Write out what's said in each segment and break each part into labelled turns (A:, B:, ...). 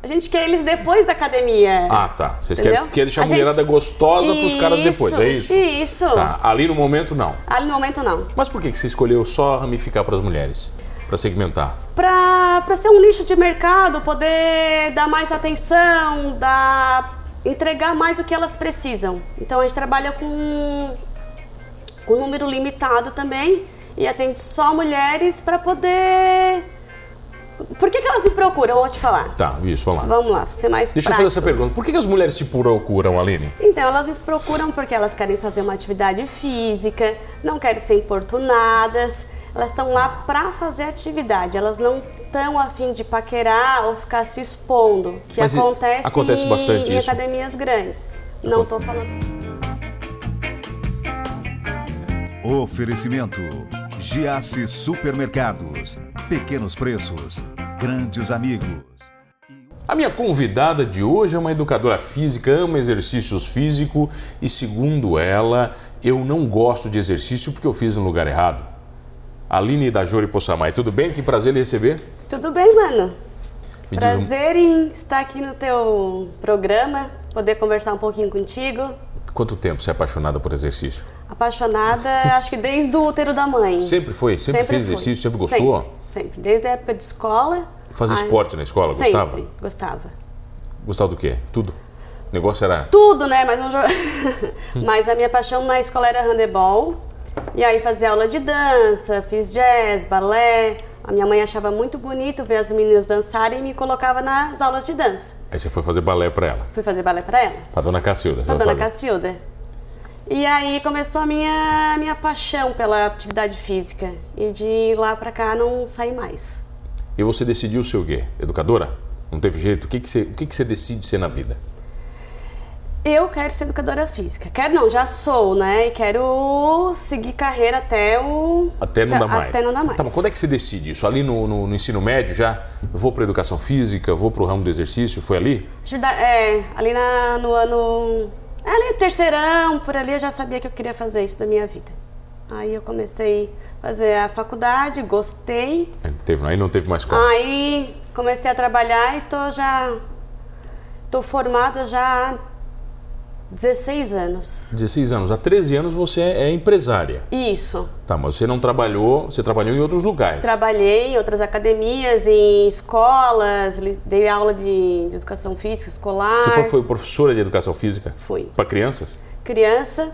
A: A gente quer eles depois da academia.
B: Ah, tá. Vocês
A: Entendeu?
B: querem, querem deixar a,
A: A gente-
B: mulherada gostosa pros caras
A: Isso,
B: depois, é isso?
A: isso.
B: Tá, ali no momento não.
A: Ali no momento não.
B: Mas por que que você escolheu só ramificar pras mulheres? Pra segmentar?
A: Pra, pra ser um nicho de mercado, poder dar mais atenção, dar, entregar mais o que elas precisam. Então a gente trabalha com, com um número limitado também e atende só mulheres pra poder. Por que, que elas me procuram? Eu Vou te falar.
B: Tá, isso, vamos lá.
A: Vamos lá, pra ser mais
B: Deixa eu fazer
A: prático.
B: essa pergunta. Por que, que as mulheres se procuram, Aline?
A: Então, elas nos procuram porque elas querem fazer uma atividade física, não querem ser importunadas, elas estão lá para fazer atividade, elas não estão afim de paquerar ou ficar se expondo, que
B: Mas i-
A: acontece,
B: acontece bastante
A: em
B: isso.
A: academias grandes. Não estou falando.
C: Oferecimento: Giasse Supermercados. Pequenos preços, grandes amigos.
B: A minha convidada de hoje é uma educadora física, ama exercícios físico e, segundo ela, eu não gosto de exercício porque eu fiz no lugar errado. Aline da Jori Poçamai, tudo bem? Que prazer lhe receber.
A: Tudo bem, mano?
B: Me diz um-
A: Prazer em estar aqui no teu programa, poder conversar um pouquinho contigo.
B: quanto tempo você é apaixonada por exercício?
A: Apaixonada, acho que desde o útero da mãe.
B: Sempre foi? Sempre, fez
A: fui.
B: exercício? Sempre gostou?
A: Sempre, sempre. desde a época de escola.
B: Fazia
A: Ai,
B: esporte na escola,
A: sempre.
B: gostava?
A: Gostava.
B: Gostava do quê? Tudo. O negócio era.
A: Tudo, né? Mas, não jo- Mas a minha paixão na escola era handebol. E aí fazia aula de dança, fiz jazz, balé. A minha mãe achava muito bonito ver as meninas dançarem e me colocava nas aulas de dança.
B: Aí você foi fazer balé pra ela,
A: Fui fazer balé pra ela,
B: pra dona Cacilda.
A: pra
B: você
A: dona
B: vai fazer.
A: Cacilda. E aí começou a minha, minha paixão pela atividade física. E de lá pra cá não saí mais.
B: E você decidiu ser o quê? Educadora? Não teve jeito? O que, que, você, o que, que você decide ser na vida?
A: Eu quero ser educadora física. Quero não, já sou, né? E quero seguir carreira até o.
B: Até não dá mais.
A: Até não dá mais.
B: Tá, mas quando é que você decide isso? Ali no, no- no ensino médio já? Eu vou para educação física, eu vou para o ramo do exercício? Foi ali?
A: Ajuda- É, ali na- no ano. é, Ali no terceirão, por ali eu já sabia que eu queria fazer isso da minha vida. Aí eu comecei a fazer a faculdade, gostei.
B: Aí não teve- aí não teve mais
A: Ah.
B: como.
A: Aí comecei a trabalhar e tô já. tô formada já há 16 anos.
B: 16 anos. Há 13 anos você é empresária.
A: Isso.
B: Tá, mas você não trabalhou, você trabalhou em outros lugares.
A: Trabalhei em outras academias, em escolas, li- dei aula de, de educação física escolar.
B: Você foi professora de educação física?
A: Fui.
B: Para crianças?
A: Criança,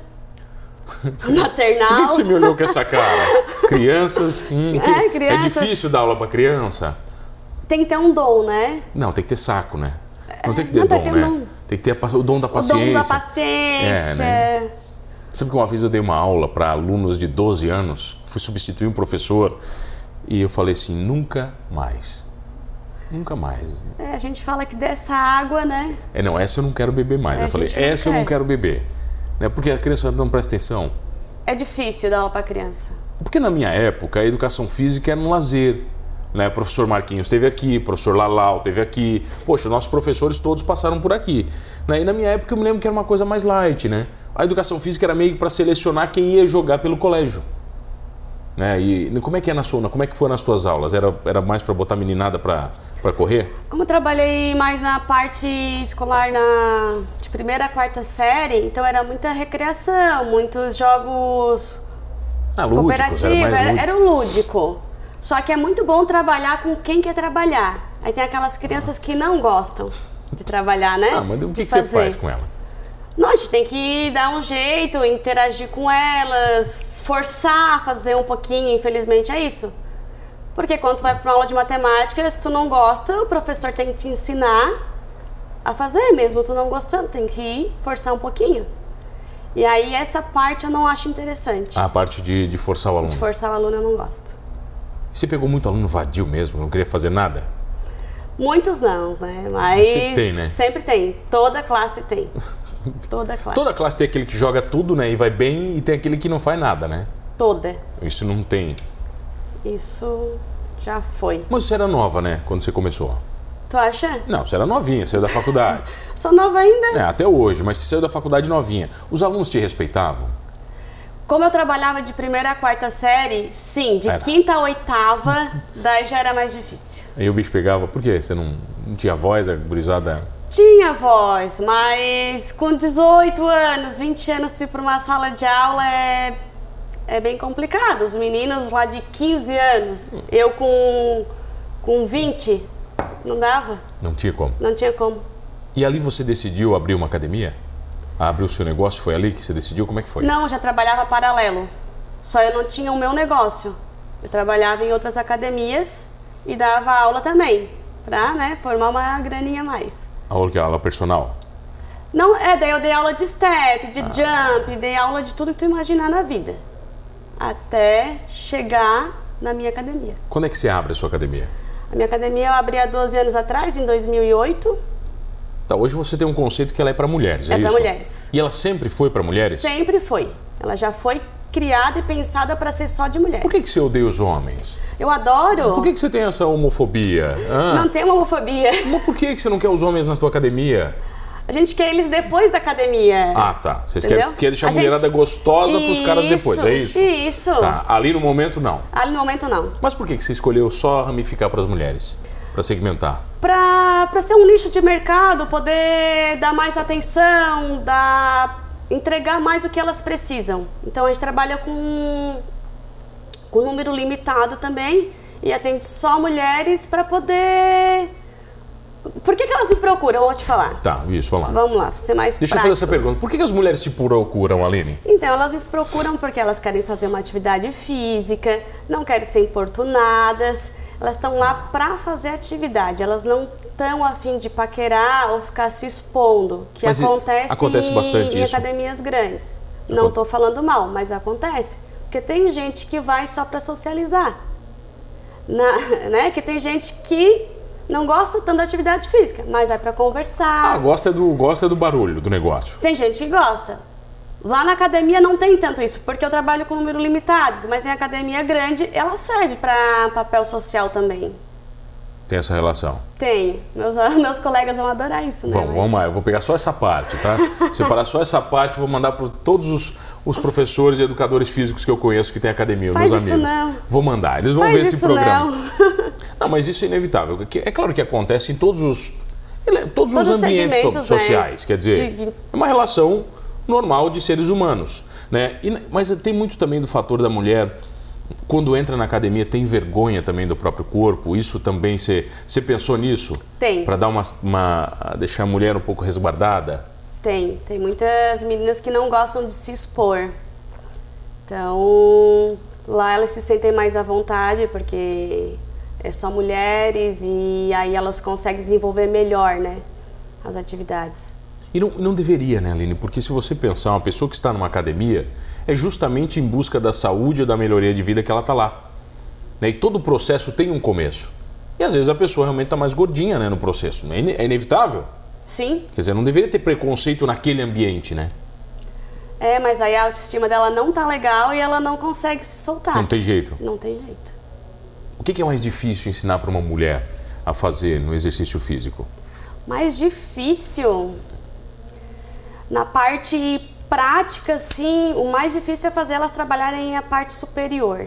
B: Por que,
A: maternal.
B: que você me olhou com essa cara? crianças? Hum, que-
A: É, crianças.
B: difícil dar aula para criança?
A: Tem que ter um dom, né?
B: Não, tem que ter saco, né? Não tem que ter
A: não,
B: dom,
A: tem que ter
B: né?
A: um dom.
B: Tem que ter a pa- o dom da
A: O dom
B: paciência.
A: da paciência.
B: É, Sabe que uma vez eu dei uma aula para alunos de 12 anos, fui substituir um professor e eu falei assim: nunca mais. Nunca mais.
A: É, a gente fala que dessa água, né?
B: É, não, essa eu não quero beber mais.
A: É,
B: eu
A: a
B: falei:
A: gente não
B: essa eu não
A: quer.
B: quero beber. Né? Porque a criança não presta atenção.
A: É difícil dar aula pra criança.
B: Porque na minha época a educação física era um lazer. Né? O professor Marquinhos esteve aqui, o professor Lalau esteve aqui. Poxa, nossos professores todos passaram por aqui. Né? E na minha época eu me lembro que era uma coisa mais light, né? A educação física era meio para selecionar quem ia jogar pelo colégio. Né? E como é que é na sua, como é que foi nas suas aulas? Era, era mais para botar meninada para correr?
A: Como eu trabalhei mais na parte escolar na de primeira a quarta série, então era muita recreação, muitos jogos
B: Ah, lúdico, era mais
A: Cooperativa, era,
B: lúdico.
A: era o lúdico. Só que é muito bom trabalhar com quem quer trabalhar. Aí tem aquelas crianças que não gostam de trabalhar, né?
B: Ah, mas o que,
A: De
B: que você
A: fazer.
B: faz com ela?
A: Não, a gente tem que dar um jeito, interagir com elas, forçar a fazer um pouquinho, infelizmente é isso. Porque quando tu vai para uma aula de matemática, se tu não gosta, o professor tem que te ensinar a fazer, mesmo tu não gostando, tem que ir forçar um pouquinho. E aí essa parte eu não acho interessante.
B: Ah, a parte de, de forçar o aluno.
A: Forçar o aluno eu não gosto.
B: Você pegou muito aluno vadio mesmo, não queria fazer nada?
A: Muitos não, né? Mas
B: sempre tem, né?
A: Sempre tem. Toda classe tem. Toda classe.
B: Toda classe tem aquele que joga tudo, né? E vai bem, e tem aquele que não faz nada, né?
A: Toda.
B: Isso não tem.
A: Isso já foi.
B: Mas você era nova, né? Quando você começou.
A: Tu acha?
B: Não, você era novinha, saiu da faculdade.
A: Sou nova ainda?
B: é, até hoje, mas você saiu da faculdade novinha. Os alunos te respeitavam?
A: Como eu trabalhava de primeira a quarta série, sim, de
B: Era.
A: quinta a oitava, daí já era mais difícil.
B: Aí o bicho pegava, por que você não, Não tinha voz, a gurizada.
A: Tinha voz, mas com 18 anos, 20 anos ir para uma sala de aula é, é bem complicado. Os meninos lá de 15 anos,
B: Hum.
A: eu com, com 20, não dava,
B: Não tinha como.
A: não tinha como.
B: E ali você decidiu abrir uma academia? Abrir o seu negócio? Foi ali que você decidiu? Como é que foi?
A: Não, eu já trabalhava paralelo. Só eu não tinha o meu negócio. Eu trabalhava em outras academias e dava aula também, pra né, formar uma graninha a mais.
B: A aula, que- a aula personal?
A: Não, é, daí eu dei aula de step,
B: Ah.
A: de jump, dei aula de tudo que tu imaginar na vida. Até chegar na minha academia.
B: Quando é que você abre a sua academia?
A: A minha academia eu abri há 12 anos atrás, em 2008.
B: Tá, hoje você tem um conceito que ela é pra mulheres, é,
A: É pra
B: isso?
A: mulheres.
B: E ela sempre foi pra mulheres?
A: Sempre foi. Ela já foi criada e pensada pra ser só de mulheres.
B: Por que, que você odeia os homens?
A: Eu adoro.
B: Por que, que você tem essa homofobia? Hã?
A: Não tem uma homofobia.
B: Mas por que, que você não quer os homens na sua academia?
A: A gente quer eles depois da academia.
B: Ah, tá. Vocês
A: Entendeu?
B: querem, querem deixar a,
A: A gente-
B: mulherada gostosa pros caras depois, é isso?
A: Isso.
B: Tá, ali no momento não.
A: Ali no momento não.
B: Mas por que, que você escolheu só ramificar pras mulheres? Pra segmentar?
A: Pra, pra ser um nicho de mercado, poder dar mais atenção, dar, entregar mais o que elas precisam. Então a gente trabalha com, com um número limitado também e atende só mulheres pra poder. Por que, que elas me procuram? Eu vou te falar.
B: Tá, isso, vamos lá.
A: Vamos lá, ser mais
B: Deixa
A: prático.
B: eu fazer essa pergunta. Por que, que as mulheres se procuram, Aline?
A: Então, elas nos procuram porque elas querem fazer uma atividade física, não querem ser importunadas, elas estão lá para fazer atividade, elas não estão a fim de paquerar ou ficar se expondo, que
B: Mas e-
A: acontece,
B: acontece bastante
A: em
B: isso?
A: academias grandes. Não
B: Acon-
A: estou falando mal, mas acontece. Porque tem gente que vai só para socializar, Na- né? que tem gente que não gosta tanto da atividade física, mas vai para conversar,
B: Ah, gosta do, gosta do barulho, do negócio.
A: tem gente que gosta. Lá na academia não tem tanto isso, porque eu trabalho com número limitado, mas em academia grande ela serve para papel social também.
B: Tem essa relação.
A: Tem. Meus, meus colegas vão adorar isso, né?
B: Vamos,
A: Mas-
B: vamos lá, eu vou pegar só essa parte, tá? Separar só essa parte, vou mandar para todos os, os professores e educadores físicos que eu conheço que tem academia,
A: Faz
B: meus
A: isso
B: amigos.
A: não.
B: Vou mandar, eles vão
A: Faz
B: ver esse
A: isso
B: programa.
A: não.
B: Não, mas isso é inevitável. que- É claro que acontece em todos os. ele- Todos,
A: Todos
B: os
A: os
B: ambientes so-
A: segmentos, né?
B: sociais, quer dizer,
A: De-
B: é uma relação normal de seres humanos, né? E na- mas tem muito também do fator da mulher quando entra na academia tem vergonha também do próprio corpo. Isso também você você pensou nisso?
A: Tem.
B: Para dar uma, uma- deixar a mulher um pouco resguardada.
A: Tem. Tem muitas meninas que não gostam de se expor. Então, lá elas se sentem mais à vontade, porque é só mulheres e aí elas conseguem desenvolver melhor, né? As atividades.
B: E não, não deveria, né, Aline? Porque se você pensar, uma pessoa que está numa academia é justamente em busca da saúde ou da melhoria de vida que ela está lá. né? E todo o processo tem um começo. E às vezes a pessoa realmente está mais gordinha né, no processo. É, ine- é inevitável.
A: Sim,
B: Quer dizer, não deveria ter preconceito naquele ambiente, né?
A: É, mas aí a autoestima dela não tá legal e ela não consegue se soltar.
B: Não tem jeito.
A: Não tem jeito.
B: O que que é mais difícil ensinar para uma mulher a fazer no exercício físico?
A: Mais difícil. Na parte prática, sim, o mais difícil é fazer elas trabalharem a parte superior.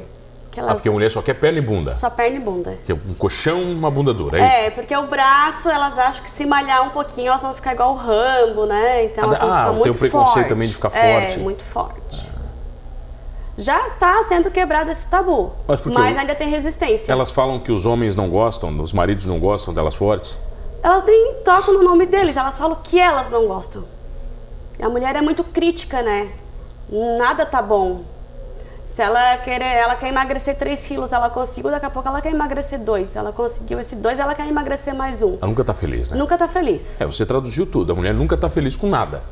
A: Que elas
B: Ah, porque a mulher só quer perna e bunda.
A: só perna e bunda.
B: Quer um colchão uma bunda dura, é isso?
A: É, porque o braço, elas acham que se malhar um pouquinho, elas vão ficar igual o Rambo, né? Então,
B: Ah,
A: elas vão
B: ah,
A: ficar
B: tem
A: muito
B: o preconceito
A: forte.
B: também de ficar forte.
A: É, muito forte. Já tá sendo quebrado esse tabu.
B: Mas por quê?
A: ainda tem resistência.
B: Elas falam que os homens não gostam, os maridos não gostam delas fortes.
A: Elas nem tocam no nome deles, elas falam o que elas não gostam. E a mulher é muito crítica, né? Nada tá bom. Se ela quer, ela quer emagrecer 3 quilos, ela conseguiu, daqui a pouco ela quer emagrecer 2. Ela conseguiu esse 2, ela quer emagrecer mais um.
B: Ela nunca tá feliz, né?
A: Nunca tá feliz.
B: É, você traduziu tudo. A mulher nunca tá feliz com nada.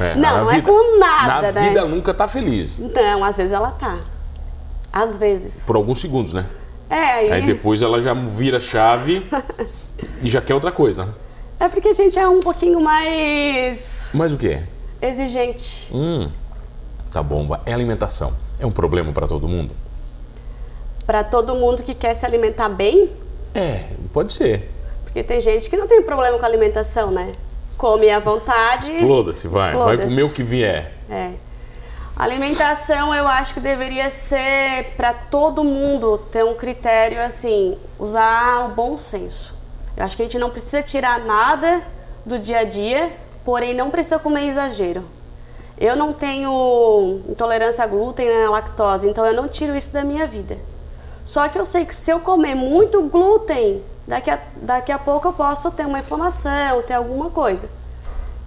B: É,
A: Não,
B: na
A: não é com nada,
B: Na
A: né?
B: vida ela nunca tá feliz.
A: Não, às vezes ela tá. Às vezes.
B: Por alguns segundos, né?
A: É, aí,
B: Aí depois ela já vira a chave e já quer outra coisa. né?
A: é porque a gente é um pouquinho mais
B: Mas o que é?
A: exigente.
B: Tá bom, vai. é alimentação. É um problema pra todo mundo?
A: Pra todo mundo que quer se alimentar bem,
B: É, pode ser.
A: Porque tem gente que não tem problema com alimentação, né? Come à vontade.
B: Exploda-se, vai. Vai
A: Exploda-se.
B: comer o que vier.
A: É. Alimentação eu acho que deveria ser para todo mundo ter um critério assim, usar o bom senso. Eu acho que a gente não precisa tirar nada do dia a dia, porém não precisa comer exagero. Eu não tenho intolerância a glúten, né, a lactose, então eu não tiro isso da minha vida. Só que eu sei que se eu comer muito glúten, daqui a, daqui a pouco eu posso ter uma inflamação, ter alguma coisa.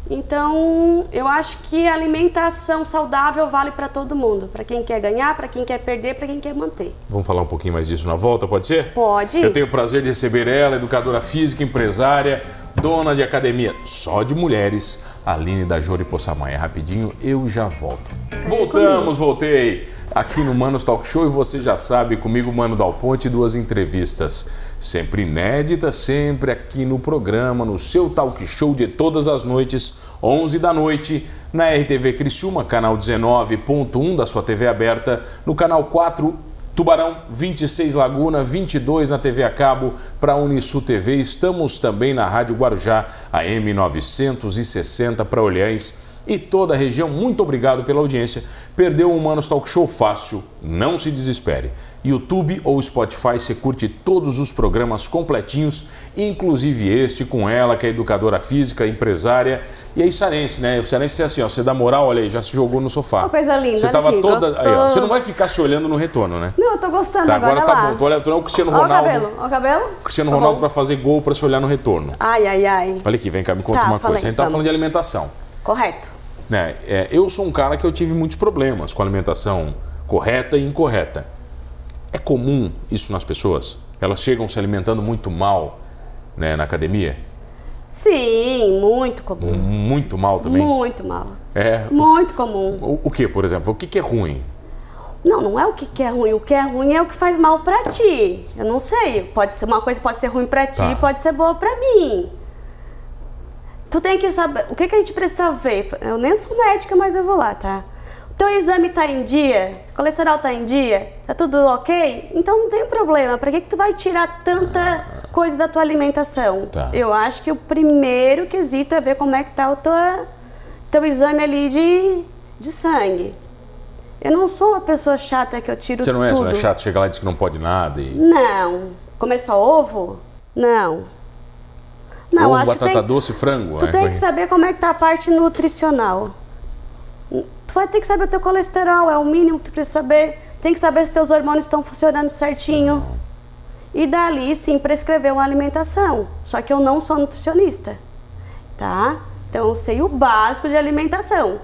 A: Então, eu acho que alimentação saudável vale para todo mundo, para quem quer ganhar, para quem quer perder, para quem quer manter.
B: Vamos falar um pouquinho mais disso na volta, pode ser?
A: Pode.
B: Eu tenho o prazer de receber ela, educadora física, empresária, dona de academia só de mulheres, Aline da Jori Poçamanha. Rapidinho, eu já volto. Voltamos, voltei aqui no Manos Talk Show e você já sabe, comigo, Mano Dal Ponte, duas entrevistas. Sempre inéditas, sempre aqui no programa, no seu talk show de todas as noites, 11 da noite, na RTV Criciúma, canal 19.1 da sua TV aberta, no canal 4 Tubarão, 26 Laguna, 22 na TV a cabo para Unisul TV. Estamos também na Rádio Guarujá, AM 960 para Olhães e toda a região. Muito obrigado pela audiência. Perdeu o Humanos Talk Show fácil? Não se desespere. YouTube ou Spotify, você curte todos os programas completinhos, inclusive este com ela, que é educadora física, empresária e aí sarense, né? O sarense é assim, ó, você dá moral, olha aí, já se jogou no sofá.
A: Uma coisa linda,
B: Você
A: olha
B: tava
A: aqui,
B: toda, aí, ó, você não vai
A: gostoso.
B: ficar se olhando no retorno, né?
A: Não, eu tô gostando
B: Tá,
A: agora,
B: agora
A: lá.
B: tá bom. Tô olhando, tô olhando o Cristiano
A: Olha o
B: Ronaldo.
A: cabelo, olha o cabelo.
B: Cristiano
A: Tá bom.
B: Ronaldo para fazer gol para se olhar no retorno.
A: Ai, ai, ai.
B: Olha aqui, vem cá, me conta
A: Tá,
B: uma
A: fala
B: coisa.
A: aí,
B: a gente tava
A: vamos.
B: falando de alimentação.
A: Correto.
B: Né? É, eu sou um cara que eu tive muitos problemas com alimentação correta e incorreta. É comum isso nas pessoas? Elas chegam se alimentando muito mal né, na academia?
A: Sim, muito comum.
B: Muito mal também?
A: Muito mal.
B: É.
A: Muito comum.
B: O, o que, por exemplo? O que, que é ruim?
A: Não, não é o que que é ruim. O que é ruim é o que faz mal pra ti. Eu não sei. Pode ser uma coisa pode ser ruim pra ti,
B: Tá.
A: pode ser boa pra mim. Tu tem que saber. O que, que a gente precisa ver? Eu nem sou médica, mas eu vou lá, tá? O teu exame tá em dia? O colesterol tá em dia? Tá tudo ok? Então não tem problema. Pra que, que tu vai tirar tanta coisa da tua alimentação?
B: Tá.
A: Eu acho que o primeiro quesito é ver como é que tá o tua, teu exame ali de, de sangue. Eu não sou uma pessoa chata que eu tiro
B: Você não é,
A: tudo.
B: você não é chato, chega lá e diz que não pode nada e.
A: Não. Comer só ovo? Não. Não,
B: Ovo,
A: acho que
B: batata
A: tem,
B: doce, frango.
A: Tu
B: é,
A: tem
B: vai-
A: que saber como é que tá a parte nutricional. Tu vai ter que saber o teu colesterol, é o mínimo que tu precisa saber. Tem que saber se teus hormônios estão funcionando certinho. E dali sim prescrever uma alimentação. Só que eu não sou nutricionista, tá? Então eu sei o básico de alimentação.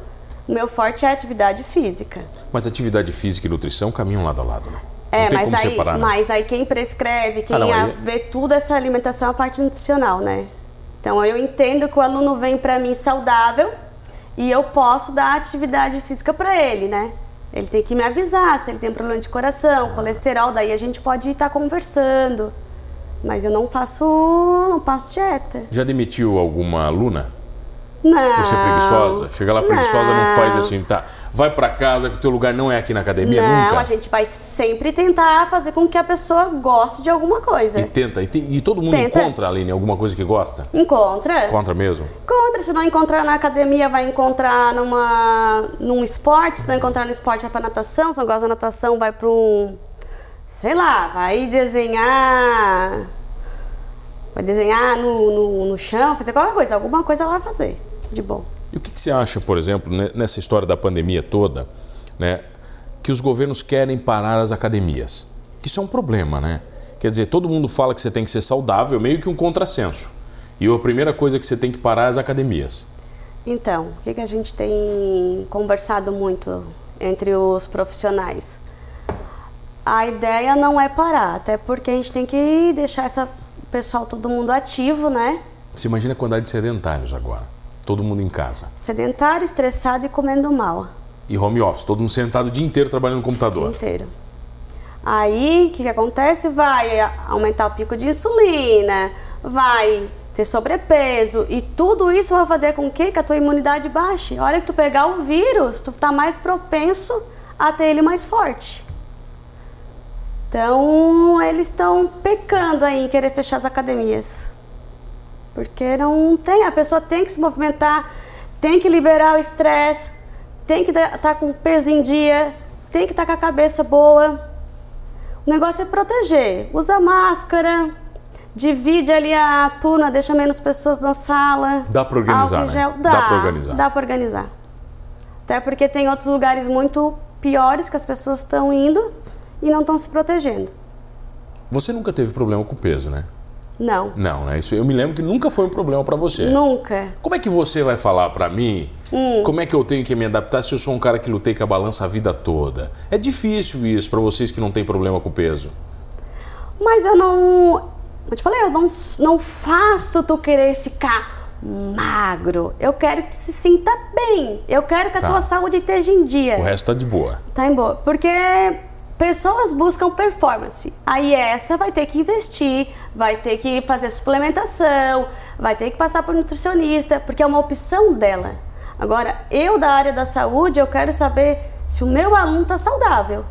A: O meu forte é a atividade física.
B: Mas atividade física e nutrição caminham lado a lado, né?
A: É,
B: não tem
A: mas
B: como
A: aí,
B: separar, né?
A: mas aí quem prescreve, quem
B: Ah, não, aí-
A: vê tudo essa alimentação é a parte nutricional, né? Então eu entendo que o aluno vem pra mim saudável e eu posso dar atividade física pra ele, né? Ele tem que me avisar se ele tem problema de
B: Ah.
A: coração, colesterol, daí a gente pode estar conversando. Mas eu não faço, não passo dieta.
B: Já demitiu alguma aluna?
A: Não.
B: Por ser preguiçosa? Chega lá preguiçosa, não, faz
A: Ah, Não.
B: assim, tá? Vai pra casa que o teu lugar não é aqui na academia
A: Não,
B: nunca.
A: a gente vai sempre tentar fazer com que a pessoa goste de alguma coisa.
B: E tenta. E, tem- e todo mundo
A: Tenta.
B: encontra, Aline, alguma coisa que gosta?
A: Encontra.
B: Encontra mesmo?
A: Encontra, se não encontrar na academia, vai encontrar numa, num esporte, se não encontrar no esporte, vai pra natação, se não gosta da natação, vai pra um. sei lá, vai desenhar. Vai desenhar no, no, no chão, fazer qualquer coisa, alguma coisa ela vai fazer, de bom.
B: E o que, que você acha, por exemplo, né, nessa história da pandemia toda, né, que os governos querem parar as academias? Que isso é um problema, né? Quer dizer, todo mundo fala que você tem que ser saudável, meio que um contrassenso. E a primeira coisa que você tem que parar é as academias.
A: Então, o que, que a gente tem conversado muito entre os profissionais? A ideia não é parar, até porque a gente tem que deixar essa o pessoal todo mundo ativo, né?
B: Você imagina a quantidade de sedentários agora. Todo mundo em casa.
A: Sedentário, estressado e comendo mal
B: E home office, todo mundo sentado o dia inteiro trabalhando no
A: o dia
B: computador.
A: inteiro. Aí, o que, que acontece? Vai a- aumentar o pico de insulina, vai ter sobrepeso e tudo isso vai fazer com que, que a tua imunidade baixe. A hora que tu pegar o vírus, tu tá mais propenso a ter ele mais forte. Então, eles estão pecando aí em querer fechar as academias. Porque não tem, a pessoa tem que se movimentar, tem que liberar o estresse, tem que estar com o peso em dia, tem que tá estar com a cabeça boa. O negócio é proteger. Usa máscara, divide ali a turma, deixa menos pessoas na sala.
B: Dá pra organizar,
A: álcool em
B: né?
A: gel.
B: Dá
A: Dá,
B: pra organizar.
A: Dá pra organizar. Até porque tem outros lugares muito piores que as pessoas estão indo e não estão se protegendo.
B: Você nunca teve problema com peso, né?
A: Não.
B: Não, né? Isso eu me lembro que nunca foi um problema pra você.
A: Nunca.
B: Como é que você vai falar pra mim
A: Hum.
B: como é que eu tenho que me adaptar se eu sou um cara que lutei com a balança a vida toda? É difícil isso pra vocês que não têm problema com peso.
A: Mas eu não. Eu te falei, eu não, s- não faço tu querer ficar magro. Eu quero que tu se sinta bem. Eu quero que a
B: Tá.
A: tua saúde esteja em dia.
B: O resto tá de boa.
A: Tá em boa. Porque pessoas buscam performance. Aí essa vai ter que investir, vai ter que fazer suplementação, vai ter que passar por nutricionista, porque é uma opção dela. Agora, eu da área da saúde, eu quero saber se o meu aluno tá saudável.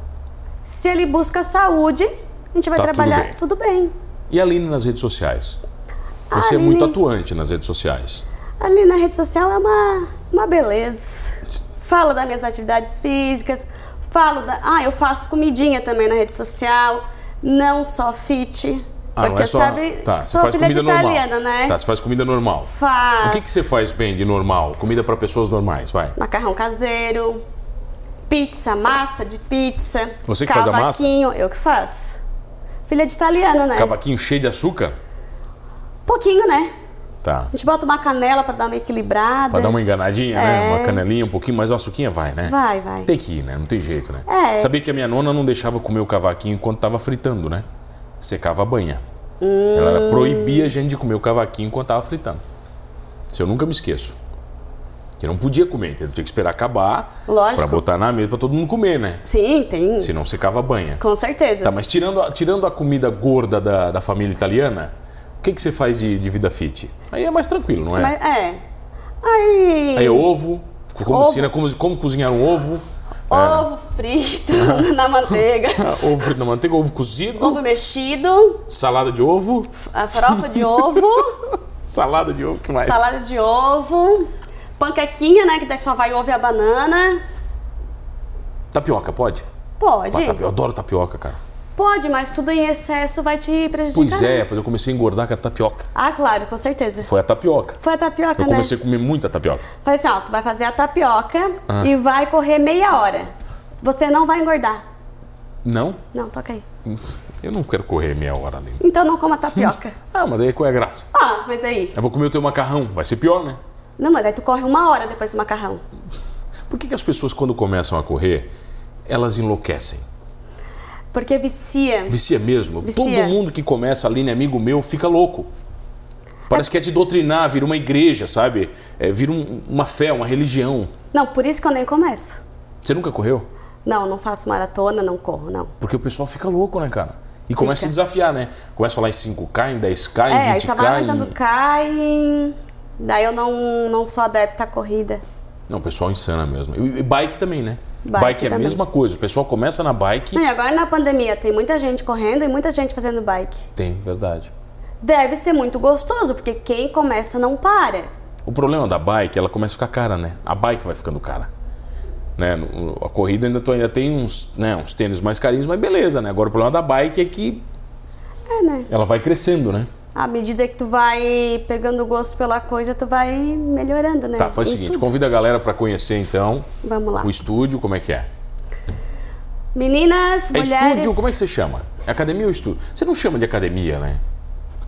A: Se ele busca saúde, a gente vai
B: Tá tudo bem.
A: trabalhar tudo bem. Ah,
B: E a Aline nas redes sociais? Você é
A: Aline-
B: muito atuante nas redes sociais.
A: Ali na rede social é uma, uma beleza. Falo das minhas atividades físicas, falo da. Ah, eu faço comidinha também na rede social, não só fit.
B: Ah, não
A: porque
B: é só...
A: sabe,
B: Tá, você
A: sou
B: faz
A: filha de
B: comida normal.
A: italiana, né?
B: Tá, você faz comida normal.
A: Faço
B: O que, que você faz bem de normal? Comida pra pessoas normais, vai.
A: macarrão caseiro, pizza, massa de pizza.
B: Você que faz a massa?
A: cavaquinho, eu que faço. Filha de italiana, né?
B: Cavaquinho cheio de açúcar?
A: Pouquinho, né?
B: Tá.
A: A gente bota uma canela pra dar uma equilibrada.
B: Pra dar uma enganadinha, né?
A: É.
B: Uma canelinha, um pouquinho, mas uma açuquinha vai, né?
A: Vai, vai.
B: Tem que ir, né? Não tem jeito, né?
A: É.
B: Sabia que a minha nona não deixava comer o cavaquinho enquanto tava fritando, né? Secava a banha. Ela
A: Hum.
B: era- proibia a gente de comer o cavaquinho enquanto tava fritando. Isso eu nunca me esqueço. Que não podia comer, entendeu? Tinha que esperar acabar
A: Lógico.
B: pra botar na mesa pra todo mundo comer, né?
A: Sim, tem.
B: Senão secava a banha.
A: Com certeza.
B: Tá, mas tirando a, tirando a comida gorda da, da família italiana, o que, que você faz de, de vida fit? Aí é mais tranquilo, não é?
A: Mas, é. Aí.
B: Aí é ovo, como,
A: Ovo.
B: ensina como, como cozinhar um ovo.
A: Ovo frito na manteiga.
B: Ah, ovo frito na manteiga, ovo cozido,
A: ovo mexido.
B: salada de ovo,
A: A farofa de ovo.
B: salada de ovo, que mais?
A: salada de ovo. Panquequinha, né? Que daí só vai ovo e a banana.
B: Tapioca, pode?
A: Pode.
B: Bah, tapioca, eu adoro tapioca, cara.
A: Pode, mas tudo em excesso vai te prejudicar.
B: Pois é, pois eu comecei a engordar com a tapioca.
A: Ah, claro, com certeza.
B: Foi a tapioca.
A: Foi a tapioca,
B: Eu
A: né?
B: comecei a comer muita tapioca.
A: Falei assim, ó, tu vai fazer a tapioca
B: Ah.
A: e vai correr meia hora. Você não vai engordar.
B: Não,
A: Não, toca aí.
B: eu não quero correr meia hora ali.
A: Então não coma tapioca.
B: Ah, mas daí qual é a graça?
A: ah, mas aí.
B: Eu vou comer o teu macarrão, vai ser pior, né?
A: Não, mas daí tu corre uma hora depois do macarrão.
B: Por que, que as pessoas, quando começam a correr, elas enlouquecem?
A: Porque vicia.
B: Vicia mesmo.
A: Vicia.
B: Todo mundo que começa a linha amigo meu fica louco. Parece que é de doutrinar, vira uma igreja, sabe? É, vira um- uma fé, uma religião.
A: Não, por isso que eu nem começo.
B: Você nunca correu?
A: Não, não faço maratona, não corro, não.
B: Porque o pessoal fica louco, né, cara? E começa a se desafiar, né? Começa a falar em 5K, em 10K, em
A: é,
B: 20K.
A: aí só vai aumentando
B: em-
A: cai. Daí eu não, não sou adepta à corrida.
B: Não, o pessoal insana mesmo. E e bike também, né? Bike,
A: Bike
B: é a
A: também.
B: mesma coisa. O pessoal começa na bike.
A: Não, e agora na pandemia tem muita gente correndo e muita gente fazendo bike.
B: Tem, verdade.
A: Deve ser muito gostoso, porque quem começa não para.
B: O problema da bike, ela começa a ficar cara, né? A bike vai ficando cara. Né? No- A corrida ainda, tu ainda tem uns, né, uns tênis mais carinhos, mas beleza, né? Agora o problema da bike é que
A: É, né?
B: ela vai crescendo, né?
A: À medida que tu vai pegando gosto pela coisa, tu vai melhorando, né?
B: Tá, faz o
A: Em
B: seguinte,
A: tudo.
B: convida a galera pra conhecer então
A: Vamos lá.
B: o estúdio, como é que é?
A: Meninas,
B: É
A: mulheres.
B: estúdio, como é que você chama? É academia ou estúdio? Você não chama de academia, né?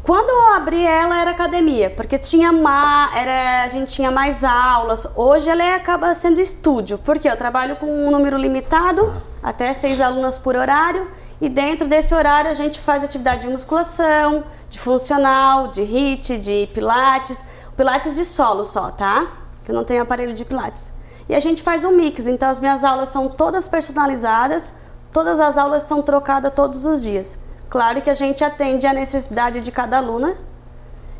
A: Quando eu abri ela era academia, porque tinha ma, era, a gente tinha mais aulas. Hoje ela é- acaba sendo estúdio, porque eu trabalho com um número limitado, até seis alunas por horário, e dentro desse horário a gente faz atividade de musculação, de funcional, de HIIT, de pilates, pilates de solo só, tá? Que eu não tenho aparelho de pilates. E a gente faz um mix, então as minhas aulas são todas personalizadas, todas as aulas são trocadas todos os dias. Claro que a gente atende à necessidade de cada aluna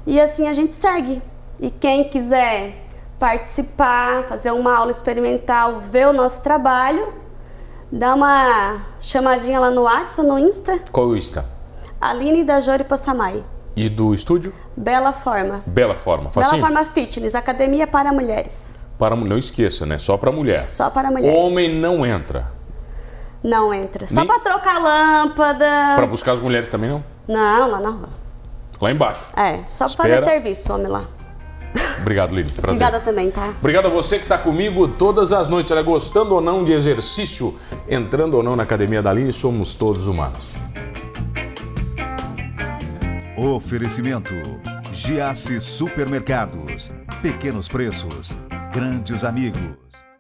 A: e assim a gente segue. E quem quiser participar, fazer uma aula experimental, ver o nosso trabalho, dá uma chamadinha lá no WhatsApp, no Insta,
B: Qual é o Insta?
A: Aline da Jori Passamai.
B: E do estúdio?
A: Bela Forma.
B: Bela Forma,
A: Bela
B: facinho?
A: Forma Fitness, academia para mulheres.
B: Para, mu- não esqueça, né? Só pra mulher.
A: Só para mulheres.
B: Homem não entra.
A: Não entra. Só
B: Nem-
A: pra trocar lâmpada.
B: Pra buscar as mulheres também não?
A: Não, lá na rua.
B: Lá embaixo.
A: É, só
B: Espera.
A: fazer serviço, homem lá.
B: Obrigado, Lili. Prazer.
A: Obrigada também, tá?
B: Obrigado a você que está comigo todas as noites. Olha, gostando ou não de exercício, entrando ou não na academia da Aline, somos todos humanos.
C: Oferecimento: Giasse Supermercados. Pequenos preços, grandes amigos.